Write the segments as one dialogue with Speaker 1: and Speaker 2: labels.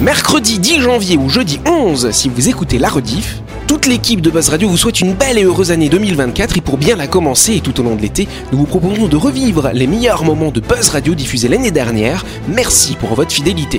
Speaker 1: Mercredi 10 janvier ou jeudi 11, si vous écoutez la rediff, toute l'équipe de Buzz Radio vous souhaite une belle et heureuse année 2024 et pour bien la commencer et tout au long de l'été, nous vous proposons de revivre les meilleurs moments de Buzz Radio diffusés l'année dernière. Merci pour votre fidélité.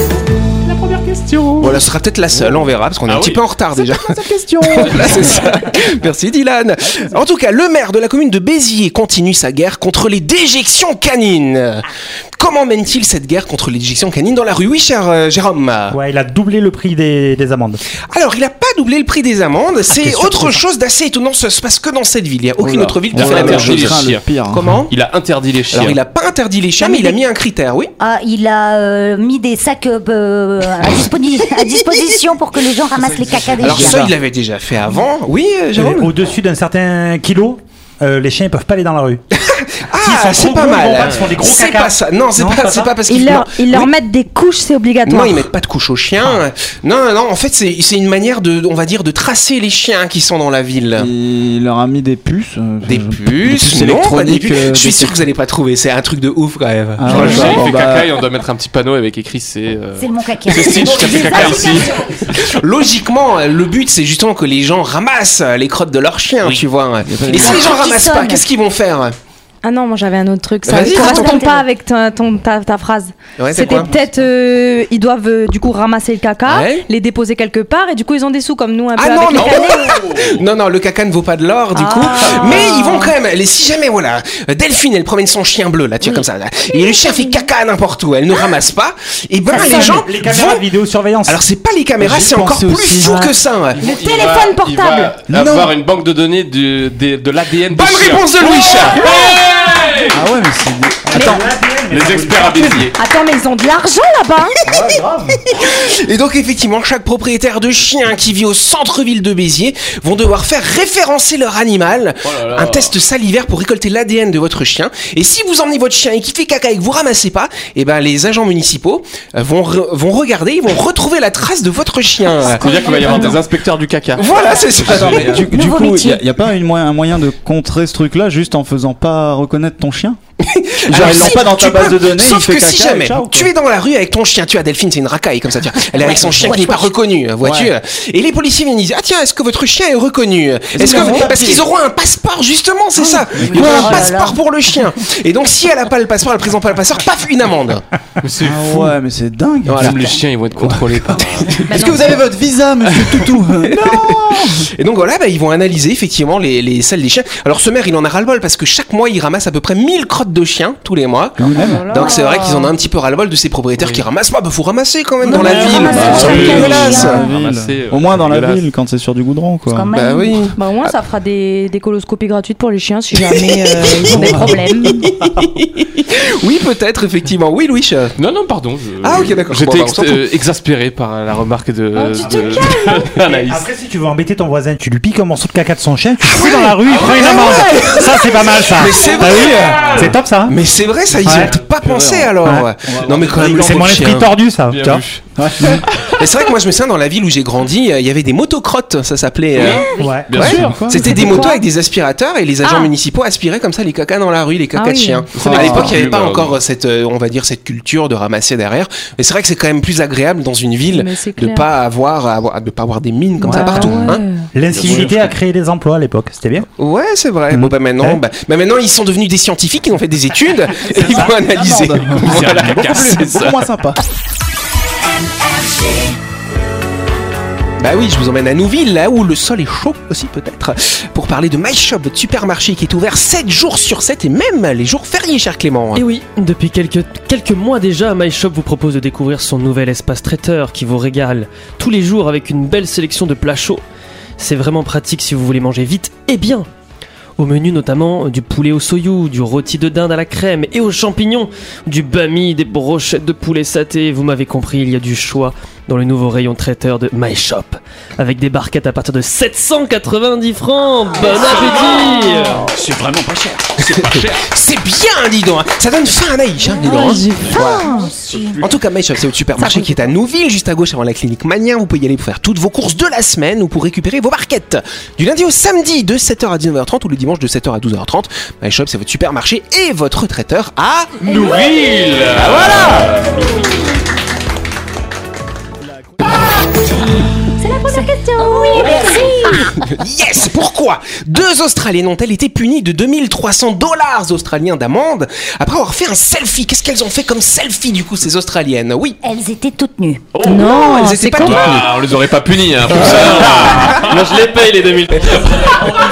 Speaker 2: La première question.
Speaker 1: Voilà, ce sera peut-être la seule, on verra, parce qu'on est
Speaker 3: Ah
Speaker 1: un petit
Speaker 3: oui.
Speaker 1: peu en retard déjà.
Speaker 2: Troisième question.
Speaker 1: Voilà, c'est ça. Merci Dylan. En tout cas, le maire de la commune de Béziers continue sa guerre contre les déjections canines. Comment mène-t-il cette guerre contre les déjections canines dans la rue Oui, cher euh, Jérôme.
Speaker 2: Ah. Ouais, il a doublé le prix des, des amendes.
Speaker 1: Alors, il n'a pas doublé le prix des amendes. C'est
Speaker 2: surprise.
Speaker 1: autre chose d'assez étonnant. Ça se passe que dans cette ville. Il n'y a aucune
Speaker 4: Oula.
Speaker 1: autre ville qui
Speaker 3: On
Speaker 1: fait la
Speaker 3: a
Speaker 1: même
Speaker 3: interdit
Speaker 1: chose.
Speaker 3: les
Speaker 4: crains, le
Speaker 3: chiens.
Speaker 4: pire. hein.
Speaker 1: Comment
Speaker 3: Il a interdit les chiens.
Speaker 1: Alors, il n'a pas interdit les chiens,
Speaker 5: Non,
Speaker 1: mais
Speaker 5: mais
Speaker 1: il a
Speaker 5: des-
Speaker 1: mis un critère, oui.
Speaker 5: Ah, il a euh, mis des sacs euh, euh, à, disponi- à disposition pour que les gens ramassent les cacas des
Speaker 1: Alors,
Speaker 5: chiens.
Speaker 1: ça, il l'avait déjà fait avant. Oui, euh,
Speaker 2: Et
Speaker 1: Jérôme
Speaker 2: Au-dessus d'un certain kilo, euh, les chiens ils peuvent pas aller dans la rue. sont
Speaker 1: Ah, c'est
Speaker 2: trop
Speaker 1: pas
Speaker 2: gros, ils vont
Speaker 1: mal.
Speaker 2: pas, ils font des gros
Speaker 1: C'est
Speaker 2: cacas.
Speaker 1: pas ça. Non, c'est
Speaker 2: Non,
Speaker 1: pas,
Speaker 2: pas
Speaker 1: c'est
Speaker 2: ça
Speaker 1: pas parce
Speaker 6: Ils
Speaker 1: qu'il
Speaker 6: leur, ils leur
Speaker 1: Oui.
Speaker 6: mettent des couches, c'est obligatoire.
Speaker 1: Non, ils mettent pas de couche aux chiens. Non, non, non. En fait, c'est c'est une manière de, on va dire, de tracer les chiens qui sont dans la ville.
Speaker 4: Il leur a mis des puces. euh,
Speaker 1: Ah. Des
Speaker 4: je-
Speaker 1: puces, non, pas des
Speaker 4: électroniques.
Speaker 1: puces.
Speaker 4: euh,
Speaker 1: Je suis
Speaker 4: des-
Speaker 1: sûr que vous allez pas trouver. C'est un truc de ouf quand même.
Speaker 4: Ah,
Speaker 3: Quand le
Speaker 4: bah,
Speaker 3: chien, il
Speaker 4: bon,
Speaker 3: fait
Speaker 4: bah,
Speaker 3: caca et on doit mettre un petit panneau avec écrit c'est. euh,
Speaker 5: C'est le mon caca.
Speaker 3: C'est Stitch qui a fait caca aussi.
Speaker 1: Logiquement, le but, c'est justement que les gens ramassent les crottes de leurs chiens, tu vois. Et si les
Speaker 5: Qui
Speaker 1: gens ramassent pas,
Speaker 5: sonnent.
Speaker 1: qu'est-ce qu'ils vont faire
Speaker 6: Ah non, moi j'avais un autre truc, ça
Speaker 1: Vas-y,
Speaker 6: ne correspond
Speaker 5: raconte-le.
Speaker 6: pas avec ta, ton- ta, ta phrase.
Speaker 1: Ouais, c'est
Speaker 6: C'était
Speaker 1: quoi
Speaker 6: peut-être, euh, ils doivent euh, du coup ramasser le caca,
Speaker 1: Ouais.
Speaker 6: les déposer quelque part et du coup ils ont des sous comme nous un
Speaker 1: Ah
Speaker 6: peu
Speaker 1: non,
Speaker 6: avec
Speaker 1: non.
Speaker 6: les canets.
Speaker 1: Non, non, le caca ne vaut pas de l'or, du
Speaker 5: Ah.
Speaker 1: coup. Mais ils vont quand même. Les, si jamais, voilà, Delphine, elle promène son chien bleu, là, tu vois, comme ça. là. et le chien fait caca n'importe où, elle ne ramasse pas. Et ben,
Speaker 5: Ça
Speaker 1: les
Speaker 5: sonne.
Speaker 1: gens
Speaker 2: Les caméras
Speaker 1: vont
Speaker 2: de vidéosurveillance.
Speaker 1: Alors c'est pas les caméras,
Speaker 4: J'y
Speaker 1: c'est encore
Speaker 4: pensais
Speaker 1: plus
Speaker 4: aussi,
Speaker 1: fou
Speaker 4: ouais.
Speaker 1: que ça. ouais.
Speaker 6: Le
Speaker 3: il va-
Speaker 6: téléphone
Speaker 3: il
Speaker 6: portable.
Speaker 3: va avoir une banque de données de, de, de l'ADN
Speaker 1: Bonne réponse de Louis Chat.
Speaker 4: Ah ouais, mais c'est. des-
Speaker 3: Attends, les experts à Béziers.
Speaker 6: Attends, mais ils ont de l'argent là-bas. hein.
Speaker 1: Et donc effectivement, chaque propriétaire de chien qui vit au centre-ville de Béziers vont devoir faire référencer leur animal,
Speaker 3: Oh là là.
Speaker 1: un test salivaire pour récolter l'ADN de votre chien. Et si vous emmenez votre chien et qu'il fait caca et que vous ramassez pas, eh ben les agents municipaux euh, vont re- vont regarder, ils vont retrouver la trace de votre chien.
Speaker 3: Ça veut dire qu'il va y avoir des inspecteurs du caca.
Speaker 1: Voilà, c'est ça.
Speaker 4: Du, du
Speaker 5: Nouveau
Speaker 4: coup,
Speaker 5: métier.
Speaker 4: il n'y a, pas une moyen- un moyen de contrer ce truc-là juste en faisant pas reconnaître ton chien Genre,
Speaker 1: Alors,
Speaker 4: ils l'ont
Speaker 1: Ah, si,
Speaker 4: pas dans ta
Speaker 1: tu
Speaker 4: base
Speaker 1: peux,
Speaker 4: de données,
Speaker 1: Sauf
Speaker 4: il fait
Speaker 1: que
Speaker 4: caca.
Speaker 1: si jamais
Speaker 4: et ciao, quoi.
Speaker 1: tu es dans la rue avec ton chien, tu as Delphine, c'est une racaille comme ça, tu vois. Elle est avec son chien qui n'est pas reconnu, euh, vois-tu. Et les policiers viennent disent Ah tiens, est-ce que votre chien est reconnu Est-ce
Speaker 4: qu'ils auront
Speaker 1: que
Speaker 4: un
Speaker 1: parce
Speaker 4: papier Ah,
Speaker 1: qu'ils auront un passeport justement, c'est ça Ils auront
Speaker 5: Oh
Speaker 1: un
Speaker 5: là
Speaker 1: passeport
Speaker 5: là.
Speaker 1: pour le chien. Et donc si elle a pas le passeport, elle présente pas le passeport, paf, une amende.
Speaker 3: Mais c'est
Speaker 4: Ah
Speaker 3: fou.
Speaker 4: ouais, mais c'est dingue.
Speaker 1: Voilà.
Speaker 3: Même les chiens, ils vont être contrôlés par.
Speaker 4: Est-ce que vous avez votre visa, monsieur Toutou
Speaker 1: Et donc voilà, bah, ils vont analyser effectivement les, les salles des chiens. Alors ce maire, il en a ras-le-bol parce que chaque mois, il ramasse à peu près 1000 crottes de chiens tous les mois.
Speaker 6: Oh
Speaker 1: Donc c'est vrai qu'ils en ont un petit peu ras-le-bol de ces propriétaires qui ramassent pas. Bah faut ramasser quand même dans la
Speaker 5: mais
Speaker 1: ville.
Speaker 5: ramasser,
Speaker 1: Bah,
Speaker 5: c'est
Speaker 1: oui,
Speaker 5: dégueulasse.
Speaker 3: euh,
Speaker 1: dégueulasse.
Speaker 5: Ah,
Speaker 3: ramasser,
Speaker 4: Au moins dans la
Speaker 3: dégueulasse.
Speaker 4: ville, quand c'est sur du goudron,
Speaker 5: Parce qu'en
Speaker 4: quoi.
Speaker 5: même-
Speaker 1: Bah oui.
Speaker 6: Bah, au moins ça fera des, des coloscopies gratuites pour les chiens si jamais euh, ils ont des problèmes.
Speaker 1: Oui, peut-être, effectivement. Oui, Louis. euh,
Speaker 3: Non, non, pardon. je-
Speaker 1: Ah, ok, d'accord.
Speaker 3: J'étais
Speaker 1: Bon, bah, on s'entend.
Speaker 3: ex- euh, exaspéré par la remarque de,
Speaker 6: Oh, tu te
Speaker 3: de- Anaïs.
Speaker 2: Après, si tu veux embêter ton voisin, tu lui piques un morceau de caca de son chien,
Speaker 7: Ah
Speaker 2: tu le fous dans la rue, il prend une amende. Ça, c'est pas mal, ça.
Speaker 1: Mais c'est
Speaker 2: T'as
Speaker 1: vrai.
Speaker 2: vu C'est top, ça. hein.
Speaker 1: Mais c'est vrai, ça, ils
Speaker 2: Ouais.
Speaker 1: ont pas pensé alors.
Speaker 2: Ouais. Bah,
Speaker 1: Non, mais quand même,
Speaker 2: C'est
Speaker 1: le
Speaker 2: mon
Speaker 1: chien.
Speaker 2: esprit tordu, ça.
Speaker 3: Bien
Speaker 2: tu vois.
Speaker 3: vu.
Speaker 1: Mais c'est vrai que moi, je me souviens dans la ville où j'ai grandi, euh, il y avait des motocrottes, ça s'appelait. euh,
Speaker 2: Ouais.
Speaker 3: Bien
Speaker 1: Ouais.
Speaker 3: sûr.
Speaker 4: Quoi
Speaker 1: C'était des
Speaker 6: Quoi
Speaker 1: motos avec des aspirateurs et les agents
Speaker 6: Ah.
Speaker 1: municipaux aspiraient comme ça les cacas dans la rue, les cacas
Speaker 6: Ah
Speaker 1: de
Speaker 6: oui.
Speaker 1: chiens.
Speaker 3: Ça
Speaker 1: à
Speaker 3: n'existe
Speaker 1: l'époque, il n'y avait
Speaker 3: plus,
Speaker 1: pas
Speaker 3: bah,
Speaker 1: encore
Speaker 3: oui.
Speaker 1: cette, euh, on va dire, cette culture de ramasser derrière. Mais c'est vrai que c'est quand même plus agréable dans une ville
Speaker 6: Mais c'est
Speaker 1: de
Speaker 6: clair.
Speaker 1: pas avoir, à avoir- de pas avoir des mines comme ça
Speaker 6: Bah
Speaker 1: partout.
Speaker 6: ouais.
Speaker 1: hein.
Speaker 2: L'incivilité a créé des emplois à l'époque, c'était bien.
Speaker 1: Ouais, c'est vrai.
Speaker 2: Mm.
Speaker 1: Bon, bah maintenant,
Speaker 4: Hein
Speaker 2: Ouais.
Speaker 1: bah, bah, maintenant, ils sont devenus des scientifiques, ils ont fait des études et ils vont analyser. Voilà.
Speaker 3: Caca, c'est
Speaker 4: C'est
Speaker 3: ça.
Speaker 4: beaucoup moins sympa.
Speaker 1: Bah oui, je vous emmène à Nouville, là où le sol est chaud aussi peut-être, pour parler de My Shop, votre supermarché qui est ouvert 7 jours sur 7 et même les jours fériés, cher Clément.
Speaker 8: Et oui, depuis quelques, quelques mois déjà, MyShop vous propose de découvrir son nouvel espace traiteur qui vous régale tous les jours avec une belle sélection de plats chauds. C'est vraiment pratique si vous voulez manger vite et bien. Au menu notamment euh, du poulet au soyou, du rôti de dinde à la crème et aux champignons, du bami, des brochettes de poulet saté. Vous m'avez compris, il y a du choix dans le nouveau rayon traiteur de My Shop. Avec des barquettes à partir de 790 francs. Bon appétit
Speaker 7: C'est vraiment pas cher.
Speaker 1: C'est bien, dis donc. hein. Ça donne faim à Naïch, hein, dis donc. hein.
Speaker 5: Oh,
Speaker 1: En tout cas, MyShop, c'est au supermarché qui est à Nouville, juste à gauche avant la clinique Magnien. Vous pouvez y aller pour faire toutes vos courses de la semaine ou pour récupérer vos barquettes. Du lundi au samedi, de 7h à 19h30 ou le dimanche de 7h à 12h30. MyShop, c'est votre supermarché et votre traiteur à
Speaker 7: Nouville
Speaker 5: Oh,
Speaker 1: Yes Pourquoi Deux Australiennes ont-elles été punies de 2300 dollars australiens d'amende après avoir fait un selfie Qu'est-ce qu'elles ont fait comme selfie du coup ces Australiennes Oui,
Speaker 5: Elles étaient toutes nues.
Speaker 1: non, elles étaient
Speaker 6: Oh, c'est
Speaker 1: pas
Speaker 6: con.
Speaker 1: toutes nues.
Speaker 7: Ah, on les aurait pas punis, hein, pour ça. Moi, je les paye, les 2000.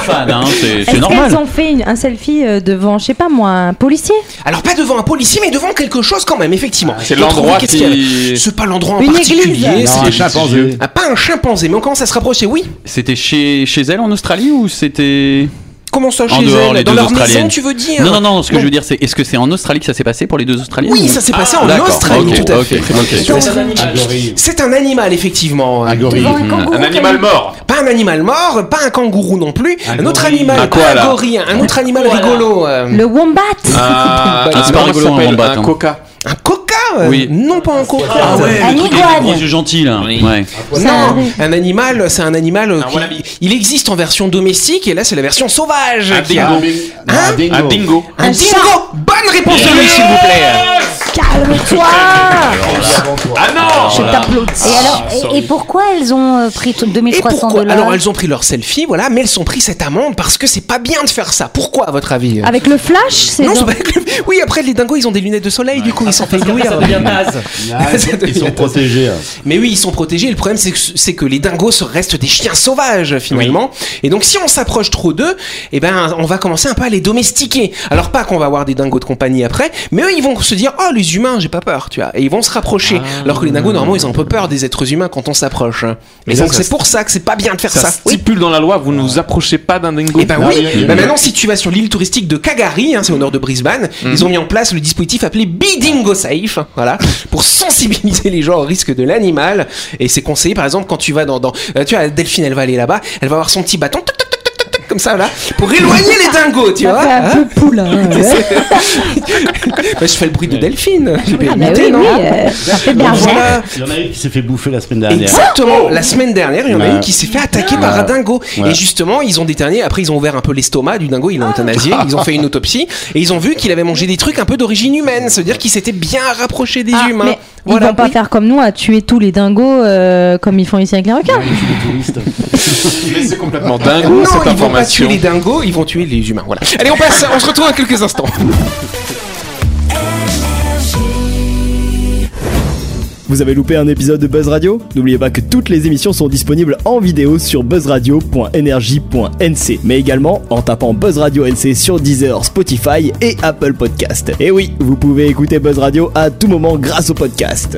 Speaker 7: fan, hein, c'est
Speaker 6: Est-ce
Speaker 7: c'est normal.
Speaker 6: qu'elles ont fait une- un selfie euh, devant, je sais pas moi, un policier
Speaker 1: Alors pas devant un policier, mais devant quelque chose quand même, effectivement.
Speaker 7: Ah, C'est
Speaker 1: Faut trouver
Speaker 7: l'endroit
Speaker 1: qu'est-ce qu'il y a.
Speaker 7: qui.
Speaker 1: C'est pas l'endroit en
Speaker 6: Une
Speaker 1: particulier.
Speaker 6: église.
Speaker 1: c'est-
Speaker 7: C'était chez-
Speaker 1: Ah, pas un chimpanzé, mais on commence à se rapprocher, oui.
Speaker 7: C'était chez, chez elle en Australie ou c'était.
Speaker 1: Comment ça,
Speaker 7: En
Speaker 1: chez
Speaker 7: dehors,
Speaker 1: elles
Speaker 7: les
Speaker 1: Dans
Speaker 7: deux
Speaker 1: leur
Speaker 7: Australiennes.
Speaker 1: maison, tu veux dire
Speaker 7: Non, non, non, ce que je veux dire, c'est est-ce que c'est en Australie que ça s'est passé pour les deux Australiens
Speaker 1: Oui,
Speaker 7: ou-
Speaker 1: ça s'est passé en
Speaker 7: Ah, D'accord,
Speaker 1: Australie,
Speaker 7: ok,
Speaker 1: tout à
Speaker 7: ok,
Speaker 1: fait.
Speaker 7: ok.
Speaker 1: Ah, C'est un animal, effectivement.
Speaker 9: Un gorille.
Speaker 5: Devant un
Speaker 1: Hmm.
Speaker 5: kangourou. Camille.
Speaker 7: mort
Speaker 1: Pas un animal mort, pas un kangourou non plus. Un, autre
Speaker 9: gorille.
Speaker 1: animal,
Speaker 7: Un
Speaker 1: pas
Speaker 7: koala.
Speaker 1: un gorille, un autre animal rigolo. euh,
Speaker 6: Le wombat
Speaker 7: Ah,
Speaker 9: Ah,
Speaker 7: c'est pas rigolo, un wombat, hein.
Speaker 9: coca.
Speaker 1: Un coca euh,
Speaker 7: Oui.
Speaker 1: Non,
Speaker 9: Ah
Speaker 1: pas un coca.
Speaker 5: Un
Speaker 7: Il est
Speaker 5: iguane.
Speaker 7: gros yeux gentil, là. Ouais.
Speaker 1: Non,
Speaker 5: Ça-
Speaker 1: un animal, c'est un animal euh, qui-
Speaker 9: wallaby.
Speaker 1: il existe en version domestique et là c'est la version sauvage. qui a-
Speaker 9: Un,
Speaker 1: Hein
Speaker 9: dingo.
Speaker 7: Un dingo.
Speaker 1: Un,
Speaker 5: Un
Speaker 1: dingo.
Speaker 5: chat.
Speaker 1: Bonne réponse de Louis, s'il vous plaît.
Speaker 5: Calme-toi
Speaker 7: Ah non
Speaker 10: Je t'applaudis.
Speaker 5: Et alors, et- et, pourquoi elles ont euh, pris tout-
Speaker 1: Ah, Et
Speaker 5: 2300
Speaker 1: pourquoi
Speaker 5: dollars
Speaker 1: Alors elles ont pris leur selfie, voilà, mais elles ont pris cette amende parce que c'est pas bien de faire ça. Pourquoi, à votre avis
Speaker 5: Ah,
Speaker 6: Avec le flash, c'est
Speaker 1: Non,
Speaker 6: dans-
Speaker 1: c'est pas- Oui, après les dingos, ils ont des lunettes de soleil, du coup ils s'en fait
Speaker 8: Ah, Ça
Speaker 1: éblouir.
Speaker 8: devient naze.
Speaker 9: Ils sont protégés.
Speaker 1: Mais oui, ils sont protégés. Le problème, c'est que, c'est que les dingos se- restent des chiens sauvages, finalement. Et donc, si on s'approche trop d'eux, eh ben, on va commencer un peu à les domestiquer. Alors, pas qu'on va avoir des dingos de compagnie après, mais eux, ils vont se dire, oh, les humains, j'ai pas peur, tu vois. Et ils vont se rapprocher. Alors que les dingos, normalement, ils ont un peu peur des êtres humains quand on s'approche. hein. Et
Speaker 3: ça,
Speaker 1: donc,
Speaker 3: ça
Speaker 1: c'est
Speaker 3: se-
Speaker 1: pour ça que c'est pas bien de faire ça.
Speaker 3: Ça Eh stipule dans la loi, vous ne vous approchez pas d'un dingo.
Speaker 1: Et ben
Speaker 9: Ah,
Speaker 1: oui,
Speaker 9: oui, oui,
Speaker 1: Bah
Speaker 9: oui.
Speaker 1: maintenant si tu vas sur l'île touristique de Kagari, hein, c'est au nord de Brisbane,
Speaker 9: Mhm.
Speaker 1: ils ont mis en place le dispositif appelé Bidingo Safe, hein, voilà, pour sensibiliser les gens au risque de l'animal. Et c'est conseillé par exemple quand tu vas dans, dans euh, tu vois Delphine elle va aller là-bas, elle va avoir son petit bâton. toc, toc, toc, toc, toc, toc, Comme ça, là, pour éloigner les dingos, tu vois.
Speaker 6: fait un
Speaker 1: hein.
Speaker 6: peu poule. hein, ouais.
Speaker 5: Ah,
Speaker 1: Bah, je fais le bruit de Delphine. J'ai pas
Speaker 6: Ah bah
Speaker 1: imité,
Speaker 6: oui,
Speaker 1: non
Speaker 6: oui, euh, ça fait
Speaker 1: Donc,
Speaker 6: bergère.
Speaker 1: voilà.
Speaker 9: Il y en a une qui s'est fait bouffer la semaine dernière.
Speaker 1: Exactement. La semaine dernière, il y en a
Speaker 9: Ouais.
Speaker 1: une qui s'est fait attaquer par un dingo.
Speaker 9: Ouais.
Speaker 1: Et justement, ils ont déterminé. Après, ils ont ouvert un peu l'estomac du dingo. Ils l'ont euthanasié. Ils ont fait une autopsie et ils ont vu qu'il avait mangé des trucs un peu d'origine humaine. C'est-à-dire qu'il s'était bien rapproché des
Speaker 6: Ah,
Speaker 1: humains.
Speaker 6: mais
Speaker 1: Voilà.
Speaker 6: ils vont pas
Speaker 1: Oui.
Speaker 6: faire comme nous à tuer tous les dingos euh, comme ils font ici avec les requins.
Speaker 7: Mais c'est complètement dingo
Speaker 1: Non, ils
Speaker 7: cette
Speaker 1: vont pas tuer
Speaker 7: information.
Speaker 1: les dingos. Ils vont tuer les humains. Voilà. Allez, on passe. On se retrouve dans quelques instants.
Speaker 11: Vous avez loupé un épisode de Buzz Radio N'oubliez pas que toutes les émissions sont disponibles en vidéo sur buzzradio.energie.nc, mais également en tapant Buzz Radio NC sur Deezer, Spotify et Apple Podcast. Et oui, vous pouvez écouter Buzz Radio à tout moment grâce au podcast.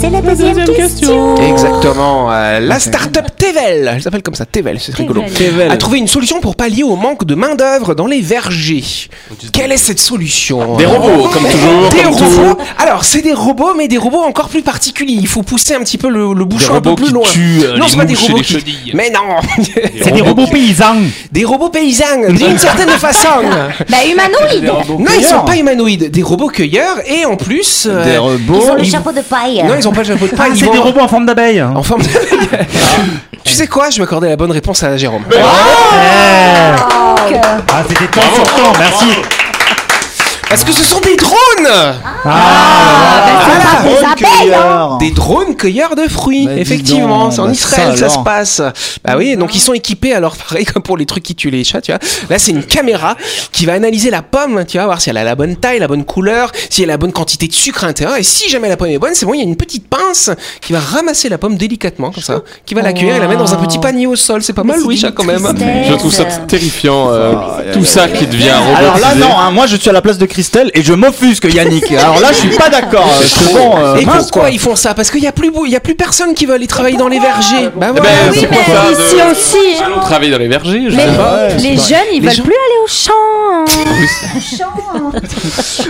Speaker 5: C'est la deuxième, question.
Speaker 1: Exactement. Euh, la start-up Tevel, elle s'appelle comme ça, Tevel, c'est rigolo, a trouvé une solution pour pallier au manque de main-d'œuvre dans les vergers. Quelle est cette solution hein
Speaker 7: Des robots, comme toujours,
Speaker 1: Des
Speaker 7: comme
Speaker 1: robots. Alors, c'est des robots, mais des robots encore plus particuliers. Il faut pousser un petit peu le, le bouchon un peu plus loin.
Speaker 3: euh,
Speaker 1: non, c'est pas des robots qui. Mais non
Speaker 2: C'est des robots paysans.
Speaker 1: Des robots paysans, d'une certaine façon
Speaker 5: Bah, humanoïde
Speaker 1: Non, ils sont pas humanoïdes, des robots cueilleurs, et en plus. euh,
Speaker 4: Des
Speaker 5: Ils
Speaker 4: robots.
Speaker 3: Oh,
Speaker 5: ont le
Speaker 1: ils-
Speaker 5: chapeau de paille.
Speaker 1: non, ils ont pas le chapeau de
Speaker 2: Ah,
Speaker 1: paille, ils
Speaker 2: c'est
Speaker 1: vont-
Speaker 2: des robots en forme d'abeille.
Speaker 1: En forme de- Tu sais quoi Je vais accorder la bonne réponse à Jérôme.
Speaker 2: Ah,
Speaker 5: Donc, euh,
Speaker 2: c'était temps sur temps, merci.
Speaker 1: Parce que ce sont des drones
Speaker 5: Ah,
Speaker 1: Voilà.
Speaker 5: bah, c'est pas des abeilles, hein.
Speaker 1: Des drones cueilleurs de fruits,
Speaker 11: Bah, dis
Speaker 1: effectivement,
Speaker 11: donc,
Speaker 1: c'est en
Speaker 11: bah,
Speaker 1: Israël
Speaker 11: ça,
Speaker 1: ça se
Speaker 11: alors.
Speaker 1: passe. Bah oui, donc ils sont équipés alors pareil comme pour les trucs qui tuent les chats, tu vois. Là, c'est une caméra qui va analyser la pomme, tu vas voir si elle a la bonne taille, la bonne couleur, si elle a la bonne quantité de sucre à l'intérieur et si jamais la pomme est bonne, c'est bon, il y a une petite pince qui va ramasser la pomme délicatement comme ça, qui va la cueillir et la mettre dans un petit panier au sol, c'est pas mal Louis chat quand même.
Speaker 3: Je trouve ça terrifiant. euh, tout ça qui devient robotisé.
Speaker 4: Alors là, non, hein, moi je suis à la place de Christelle et je m'offusque, Yannick. Alors là, je suis pas d'accord. euh, Je te bon, euh,
Speaker 1: et
Speaker 4: mince,
Speaker 1: pourquoi ils font ça Parce qu'il n'y a, plus beau- il y a plus personne qui veut aller travailler dans les vergers. Bah
Speaker 3: Eh ben,
Speaker 1: voilà.
Speaker 3: c'est pour ça de-
Speaker 6: ici aussi.
Speaker 3: Allons travailler dans les vergers, je
Speaker 6: Mais
Speaker 3: sais pas.
Speaker 6: les jeunes, ils
Speaker 1: Les
Speaker 6: veulent
Speaker 1: gens-
Speaker 6: plus aller au champ.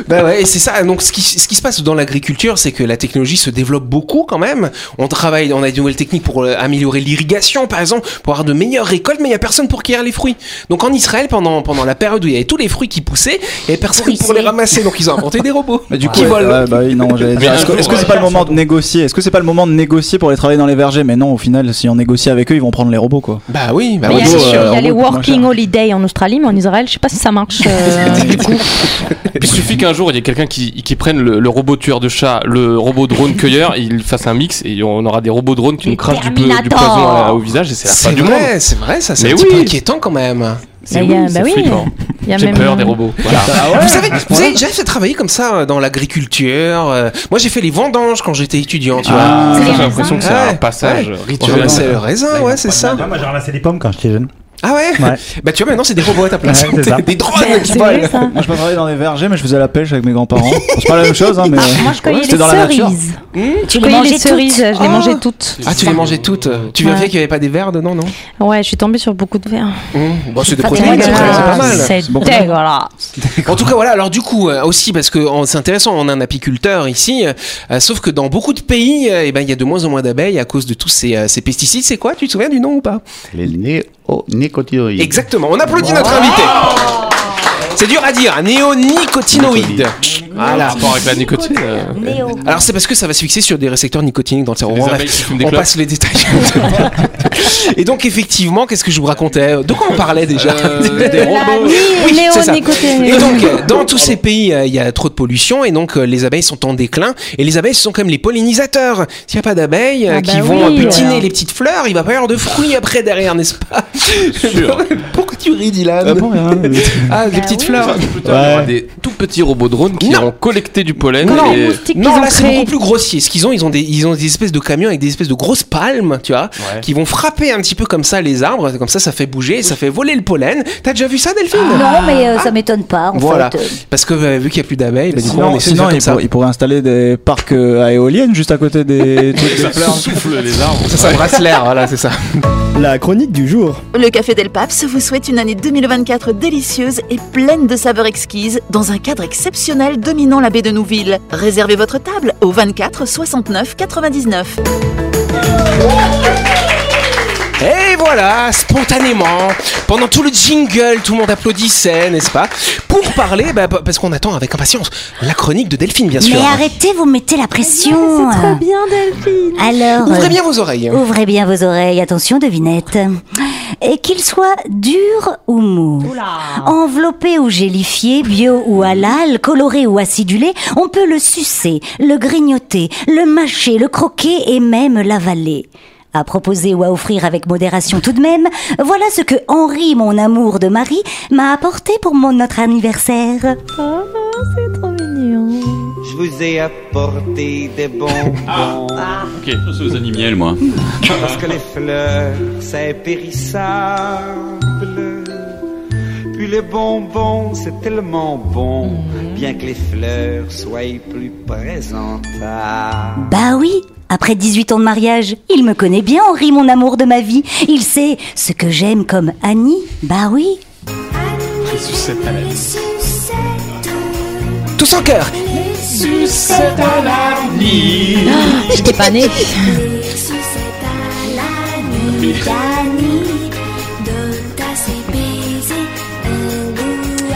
Speaker 1: Bah ouais, et c'est ça. Donc, ce qui, ce qui se passe dans l'agriculture, c'est que la technologie se développe beaucoup quand même. On travaille, on a des nouvelles techniques pour euh, améliorer l'irrigation, par exemple, pour avoir de meilleures récoltes, mais il n'y a personne pour cueillir les fruits. Donc, en Israël, pendant, pendant la période où il y avait tous les fruits qui poussaient, il n'y avait personne pour les ramasser. Donc, ils ont inventé des robots
Speaker 4: Mais du coup,
Speaker 1: qui
Speaker 4: ouais,
Speaker 1: volent.
Speaker 4: ouais, bah oui, non, j'allais dire,
Speaker 3: Mais un
Speaker 4: Est-ce que
Speaker 3: jour,
Speaker 4: est-ce que c'est
Speaker 3: ouais.
Speaker 4: pas le moment de négocier Est-ce que c'est pas le moment de négocier pour les travailler dans les vergers Mais non, au final, si on négocie avec eux, ils vont prendre les robots, quoi.
Speaker 1: Bah oui, bah
Speaker 6: Mais
Speaker 1: oui,
Speaker 6: Il y a,
Speaker 1: c'est
Speaker 6: les-
Speaker 1: sûr.
Speaker 6: il y a les
Speaker 4: route, moins
Speaker 6: working holiday en Australie, mais en Israël, je sais pas si ça marche. euh, du coup.
Speaker 3: Il suffit qu'un jour il y ait quelqu'un qui, qui prenne le, le robot tueur de chat, le robot drone cueilleur, il fasse un mix et on aura des robots drones qui nous crachent du, peu- du
Speaker 5: Terminator.
Speaker 3: poison à- au visage et c'est la fin
Speaker 1: C'est
Speaker 3: du monde.
Speaker 1: vrai, c'est vrai, ça, c'est
Speaker 3: Mais
Speaker 1: un petit peu
Speaker 3: oui.
Speaker 1: inquiétant quand même.
Speaker 3: C'est
Speaker 6: Bah, il y a-
Speaker 3: oui,
Speaker 6: bah
Speaker 3: c'est
Speaker 6: oui.
Speaker 3: flippant.
Speaker 6: Il y a
Speaker 3: J'ai
Speaker 6: même,
Speaker 3: peur des
Speaker 6: euh,
Speaker 3: robots. Voilà.
Speaker 1: Vous savez, vous savez, j'arrive à travailler comme ça euh, dans l'agriculture. euh, Moi, j'ai fait les vendanges quand j'étais étudiant, tu vois.
Speaker 4: Ah,
Speaker 3: J'ai l'impression que c'est
Speaker 1: Ouais,
Speaker 3: un passage
Speaker 1: ouais.
Speaker 3: rituel.
Speaker 1: C'est le raisin, ouais, c'est ça.
Speaker 2: Moi, j'ai ramassé des pommes quand j'étais jeune.
Speaker 1: Ah ouais,
Speaker 2: Ouais.
Speaker 1: Bah tu vois maintenant c'est des robots à ta place,
Speaker 2: Ouais, c'est ça.
Speaker 1: des drones qui
Speaker 6: C'est vrai,
Speaker 1: volent.
Speaker 6: ça.
Speaker 4: Moi, je pas travaillé dans les vergers, mais je faisais la pêche avec mes grands-parents. C'est pas la même chose, hein, mais.
Speaker 5: Ah, moi, je
Speaker 4: Ouais,
Speaker 5: cueillais
Speaker 4: c'était dans la
Speaker 5: les
Speaker 4: nature.
Speaker 5: cerises. Tu les
Speaker 6: Cueillir les
Speaker 5: mangeais
Speaker 6: cerises,
Speaker 5: toutes.
Speaker 6: je les
Speaker 1: Ah.
Speaker 6: mangeais toutes.
Speaker 1: Ah tu les mangeais toutes. Tu vérifiais
Speaker 6: Ouais.
Speaker 1: qu'il n'y avait pas des verres dedans, non
Speaker 6: Ouais, je suis tombée sur beaucoup de verres.
Speaker 1: Mmh. Bon c'est des
Speaker 5: Pas
Speaker 1: protéines, c'est
Speaker 5: dégueulasse.
Speaker 1: pas mal.
Speaker 6: C'est
Speaker 4: bon.
Speaker 6: dégueulasse.
Speaker 1: En tout cas voilà. Alors du coup euh, aussi parce que en- c'est intéressant, on a un apiculteur ici, euh, euh, sauf que dans beaucoup de pays, euh, eh ben il y a de moins en moins d'abeilles à cause de tous ces, euh, ces pesticides. C'est quoi Tu te souviens du nom ou pas
Speaker 9: Les néonicotinoïdes.
Speaker 1: Exactement. On applaudit notre invité. C'est dur à dire, néonicotinoïdes.
Speaker 3: Par
Speaker 1: Voilà.
Speaker 3: Ah, rapport avec la nicotine. euh,
Speaker 5: Néo.
Speaker 1: Alors c'est parce que ça va se fixer sur des récepteurs nicotiniques dans le cerveau.
Speaker 3: Les
Speaker 1: Bref,
Speaker 3: abeilles qui fument des
Speaker 1: on
Speaker 3: clopes.
Speaker 1: passe les détails. et donc effectivement, qu'est-ce que je vous racontais De quoi on parlait déjà
Speaker 3: Euh,
Speaker 1: Des robots. Oui, c'est ça. Et donc, euh, dans tous ces pays, euh, il y a trop de pollution et donc euh, les abeilles sont en déclin. Et les abeilles ce sont comme les pollinisateurs. S'il n'y a pas d'abeilles euh,
Speaker 6: Ah
Speaker 1: qui
Speaker 6: bah
Speaker 1: vont
Speaker 6: oui,
Speaker 1: butiner
Speaker 6: voilà.
Speaker 1: les petites fleurs, il va pas y avoir de fruits après derrière, n'est-ce pas
Speaker 3: sûr.
Speaker 1: Pourquoi tu ris, Dylan
Speaker 4: Ah bon, rien,
Speaker 2: hein.
Speaker 4: euh,
Speaker 1: Ah, les
Speaker 5: Bah
Speaker 1: petites
Speaker 5: oui.
Speaker 1: fleurs.
Speaker 3: Plus tard, il y aura des tout petits robots drones qui
Speaker 1: Non.
Speaker 3: vont collecter du pollen.
Speaker 6: Comme
Speaker 3: et-
Speaker 6: les moustiques qu'ils
Speaker 1: Non,
Speaker 6: ont
Speaker 1: là c'est
Speaker 6: créés.
Speaker 1: beaucoup plus grossier. Ce qu'ils ont, ils ont des, ils ont des espèces de camions avec des espèces de grosses palmes, tu vois, qui vont frapper un petit peu comme ça les arbres. Comme ça, ça fait bouger, et ça fait voler le pollen. T'as déjà vu ça, Delphine
Speaker 6: Ah.
Speaker 5: Non, mais euh, ça m'étonne pas. En
Speaker 1: Voilà.
Speaker 5: fait. Euh,
Speaker 1: Parce que euh, vu qu'il n'y a plus d'abeilles, bah, du coup, on
Speaker 4: Sinon,
Speaker 1: essaie de
Speaker 4: sinon
Speaker 1: faire
Speaker 4: ils,
Speaker 1: comme ça.
Speaker 4: pour- ils pourraient installer des parcs euh, à éoliennes juste à côté des trucs de fleurs.
Speaker 3: souffle les arbres.
Speaker 1: Ça, ça brasse l'air, voilà, c'est ça.
Speaker 11: La chronique du jour.
Speaker 10: Le Café Del Paps vous souhaite une année 2024 délicieuse et pleine de saveurs exquises dans un cadre exceptionnel dominant la baie de Nouville. Réservez votre table au 24 69 99.
Speaker 1: Et voilà, spontanément, pendant tout le jingle, tout le monde applaudissait, n'est-ce pas Pour parler, bah, pa- parce qu'on attend avec impatience la chronique de Delphine, bien sûr.
Speaker 5: Mais arrêtez, vous mettez la pression.
Speaker 6: C'est trop bien, Delphine.
Speaker 5: Alors,
Speaker 1: Ouvrez
Speaker 5: euh,
Speaker 1: bien vos oreilles.
Speaker 5: ouvrez bien vos oreilles. Attention, devinette. Et qu'il soit dur ou mou, enveloppé ou gélifié, bio ou halal, coloré ou acidulé, on peut le sucer, le grignoter, le mâcher, le croquer et même l'avaler. À proposer ou à offrir avec modération tout de même, voilà ce que Henri, mon amour de Marie, m'a apporté pour mon, notre anniversaire.
Speaker 6: C'est trop mignon.
Speaker 12: Je vous ai apporté des bonbons
Speaker 7: Ah. Ok, je suis aux animiels, moi.
Speaker 12: parce que les fleurs c'est périssable. Puis les bonbons c'est tellement bon, bien que les fleurs soient plus présentables.
Speaker 5: Bah oui, après 18 ans de mariage, il me connaît bien, Henri, mon amour de ma vie. Il sait ce que j'aime comme Annie. Bah oui.
Speaker 1: Tous en cœur.
Speaker 6: J'étais pas née.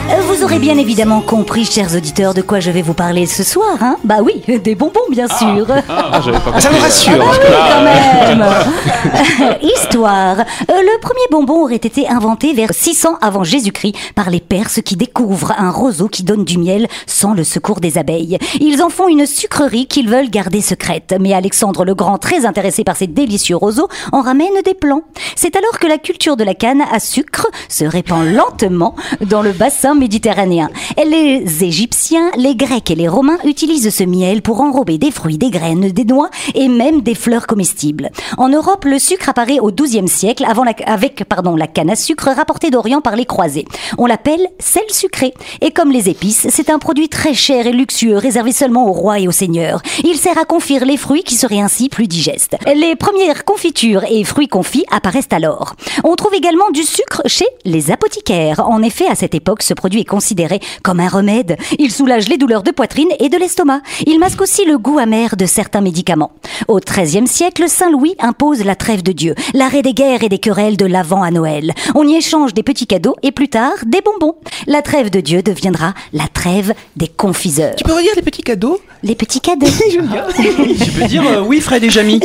Speaker 5: Euh, Vous aurez bien évidemment compris, chers auditeurs, de quoi je vais vous parler ce soir. Hein bah oui, des bonbons, bien sûr.
Speaker 3: Ah, j'avais pas
Speaker 1: Ah, ça me
Speaker 3: compris.
Speaker 1: rassure.
Speaker 3: Ah,
Speaker 1: oui,
Speaker 3: bah,
Speaker 5: quand
Speaker 3: euh,
Speaker 5: même. Histoire. Euh, le premier bonbon aurait été inventé vers 600 avant Jésus-Christ par les Perses qui découvrent un roseau qui donne du miel sans le secours des abeilles. Ils en font une sucrerie qu'ils veulent garder secrète. Mais Alexandre le Grand, très intéressé par ces délicieux roseaux, en ramène des plants. C'est alors que la culture de la canne à sucre se répand lentement dans le bassin méditerranéen. Les Égyptiens, les Grecs et les Romains utilisent ce miel pour enrober des fruits, des graines, des noix et même des fleurs comestibles. En Europe, le sucre apparaît au XIIe siècle avant la- avec pardon, la canne à sucre rapportée d'Orient par les croisés. On l'appelle sel sucré. Et comme les épices, c'est un produit très cher et luxueux réservé seulement aux rois et aux seigneurs. Il sert à confire les fruits qui seraient ainsi plus digestes. Les premières confitures et fruits confits apparaissent alors. On trouve également du sucre chez les apothicaires. En effet, à cette époque, ce produit est considéré comme un remède. Il soulage les douleurs de poitrine et de l'estomac. Il masque aussi le goût amer de certains médicaments. Au XIIIe siècle, Saint Louis impose la trêve de Dieu, l'arrêt des guerres et des querelles de l'Avent à Noël. On y échange des petits cadeaux et plus tard des bonbons. La trêve de Dieu deviendra la trêve des confiseurs. Tu
Speaker 13: peux redire les petits cadeaux
Speaker 5: Les petits cadeaux.
Speaker 13: Tu peux dire euh, oui, Fred et Jamy.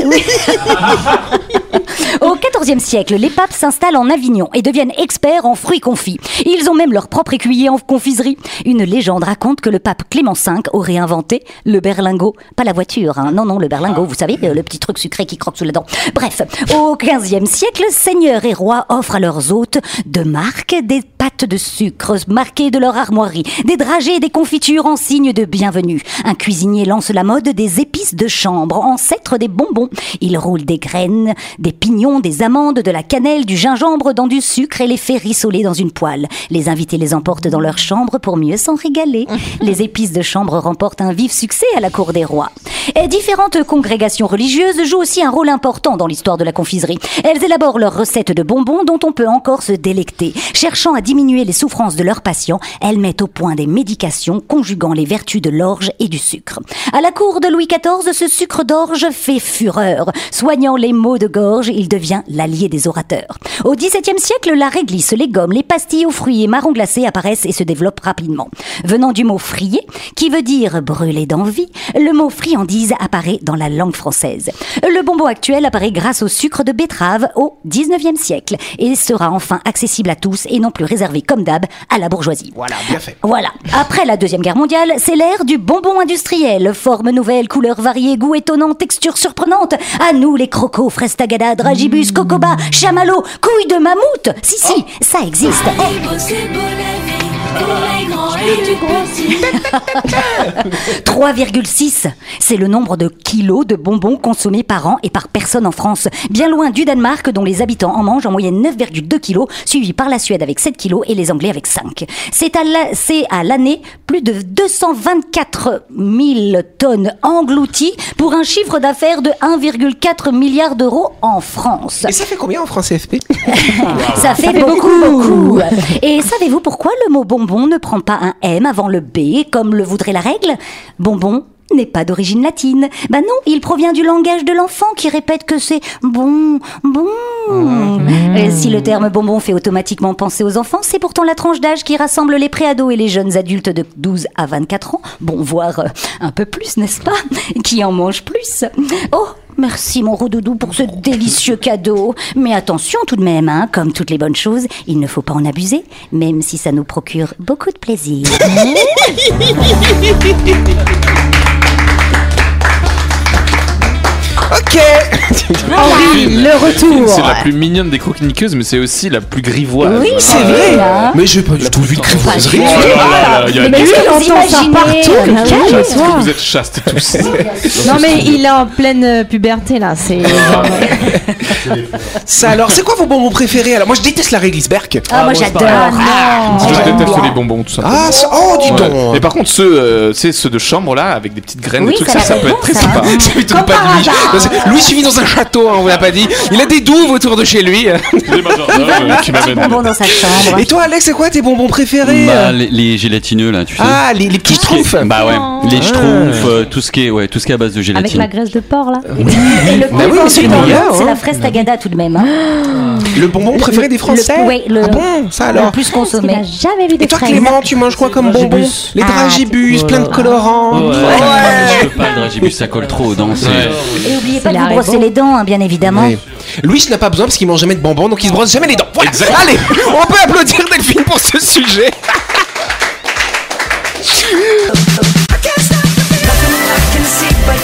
Speaker 5: Au XIVe siècle, les papes s'installent en Avignon et deviennent experts en fruits confits. Ils ont même leur propre écuyer en confiserie. Une légende raconte que le pape Clément V aurait inventé le berlingot. Pas la voiture, hein. non, non, le berlingot, vous savez, euh, le petit truc sucré qui croque sous la dent. Bref, au XVe siècle, seigneurs et rois offrent à leurs hôtes de marque des pâtes de sucre marquées de leur armoirie, des dragées et des confitures en signe de bienvenue. Un cuisinier lance la mode des épices de chambre, ancêtre des bonbons. Il roule des graines, des pignons, des amandes, de la cannelle, du gingembre dans du sucre et les fait rissoler dans une poêle. Les invités les emportent dans leur chambre pour mieux s'en régaler. les épices de chambre remportent un vif succès à la cour des rois. Et différentes congrégations religieuses jouent aussi un rôle important dans l'histoire de la confiserie. Elles élaborent leurs recettes de bonbons dont on peut encore se délecter. Cherchant à diminuer les souffrances de leurs patients, elles mettent au point des médications conjuguant les vertus de l'orge et du sucre. À la cour de Louis XIV, ce sucre d'orge fait fureur. Soignant les maux de gorge, il devient l'allié des orateurs. Au XVIIe siècle, la réglisse, les gommes, les pastilles aux fruits et marrons glacés apparaissent et se développent rapidement. Venant du mot frier, qui veut dire brûler d'envie, le mot friandise apparaît dans la langue française. Le bonbon actuel apparaît grâce au sucre de betterave au XIXe siècle et sera enfin accessible à tous et non plus réservé comme d'hab à la bourgeoisie.
Speaker 1: Voilà, bien fait.
Speaker 5: Voilà. Après la Deuxième Guerre mondiale, c'est l'ère du bonbon industriel. Forme nouvelle, couleurs variées, goût étonnant, texture surprenante. À nous les crocos, frestagada, dragibus, cocoba, chamallow, couilles de mammouth. Si, si, ça existe. Eh,
Speaker 14: C'est beau la vie pour les grands et du petit.
Speaker 5: 3,6, c'est le nombre de kilos de bonbons consommés par an et par personne en France, bien loin du Danemark dont les habitants en mangent en moyenne 9,2 kilos, suivi par la Suède avec 7 kilos et les Anglais avec 5. C'est à la- c'est à l'année plus de 224 000 tonnes englouties pour un chiffre d'affaires de 1,4 milliard d'euros en France.
Speaker 1: Et ça fait combien en francs CFP
Speaker 5: Ça fait beaucoup, beaucoup. Et savez-vous pourquoi le mot bonbon ne prend pas un M avant le B, comme le voudrait la règle Bonbon n'est pas d'origine latine. Bah non, il provient du langage de l'enfant qui répète que c'est bon, bon. Et Euh, si le terme bonbon fait automatiquement penser aux enfants, c'est pourtant la tranche d'âge qui rassemble les préados et les jeunes adultes de 12 à 24 ans, bon, voire euh, un peu plus, n'est-ce pas, qui en mangent plus. Oh, Merci mon rodoudou pour ce délicieux cadeau. Mais attention tout de même, hein, comme toutes les bonnes choses, il ne faut pas en abuser, même si ça nous procure beaucoup de plaisir.
Speaker 3: Ah,
Speaker 1: Ok
Speaker 6: Henri, le retour.
Speaker 3: C'est la plus mignonne des croquiniqueuses, mais c'est aussi la plus grivoise.
Speaker 6: Oui, c'est
Speaker 3: Ah,
Speaker 6: vrai.
Speaker 3: là.
Speaker 1: Mais j'ai pas du tout vu de
Speaker 3: grivoiserie.
Speaker 1: grivoiserie.
Speaker 3: Oh là là, il y a
Speaker 6: Mais
Speaker 3: une-
Speaker 6: lui, il
Speaker 3: Vous
Speaker 6: entend ça
Speaker 3: imaginez
Speaker 6: partout,
Speaker 3: Ah,
Speaker 6: le
Speaker 3: oui,
Speaker 6: calme,
Speaker 3: parce que
Speaker 6: toi.
Speaker 3: Vous êtes chastes tous.
Speaker 6: Non mais il est en pleine euh, puberté là, c'est.
Speaker 1: Ça alors, c'est quoi vos bonbons préférés Alors moi je déteste la réglisse Berck.
Speaker 5: Ah, moi, j'adore. Ah,
Speaker 3: Parce que je
Speaker 1: j'aime
Speaker 3: déteste
Speaker 1: bien.
Speaker 3: les bonbons, tout simplement.
Speaker 1: Ah, ça- oh, dis donc.
Speaker 3: Et par contre, ceux, euh, tu sais, ceux de chambre là, avec des petites graines,
Speaker 1: Oui,
Speaker 3: des trucs, ça,
Speaker 1: ça
Speaker 3: ça
Speaker 1: fait
Speaker 3: peut
Speaker 1: bon,
Speaker 3: être très
Speaker 1: ça.
Speaker 3: sympa.
Speaker 1: J'ai vu tout le
Speaker 3: Ah,
Speaker 1: pas de Louis. Non, c'est- Louis il vit dans un château, hein, on vous l'a pas dit. Il a des douves autour de chez lui.
Speaker 3: euh, qui m'amène.
Speaker 5: bonbon dans sa chambre.
Speaker 1: Et toi Alex, c'est quoi tes bonbons préférés
Speaker 7: Bah, les, les gélatineux là, tu sais.
Speaker 1: Ah, les, les petits
Speaker 7: Tout ce qui est-
Speaker 1: schtroumpfs
Speaker 6: Ah
Speaker 7: Bah ouais.
Speaker 6: Oh.
Speaker 4: Ah.
Speaker 7: Les schtroumpfs, euh, tout ce qui est, ouais, tout ce qui est à base de
Speaker 5: Avec
Speaker 7: gélatine.
Speaker 5: la graisse de porc, là.
Speaker 7: Oui.
Speaker 5: Et le
Speaker 7: Bah oui,
Speaker 5: plus
Speaker 7: mais c'est
Speaker 5: vendu dans le
Speaker 7: meilleur,
Speaker 5: monde,
Speaker 7: hein.
Speaker 5: c'est la fraise tagada tout de même. hein.
Speaker 1: Le bonbon préféré des Français
Speaker 5: le, Oui, le,
Speaker 1: Ah bon, ça alors
Speaker 5: le plus consommé. jamais vu de
Speaker 1: Et toi,
Speaker 5: fraise.
Speaker 1: Clément, tu manges quoi comme bonbon Les dragibus, plein de colorants.
Speaker 7: Ouais, Je peux pas, le dragibus, ça colle trop aux dents. c'est-
Speaker 5: Et oubliez pas de
Speaker 10: la
Speaker 5: vous brosser
Speaker 10: raison.
Speaker 5: les dents, hein, bien évidemment.
Speaker 1: Oui. Louis n'a pas besoin parce qu'il mange jamais de bonbons, donc il se brosse jamais les dents. Voilà. Allez, on peut applaudir Delphine pour ce sujet.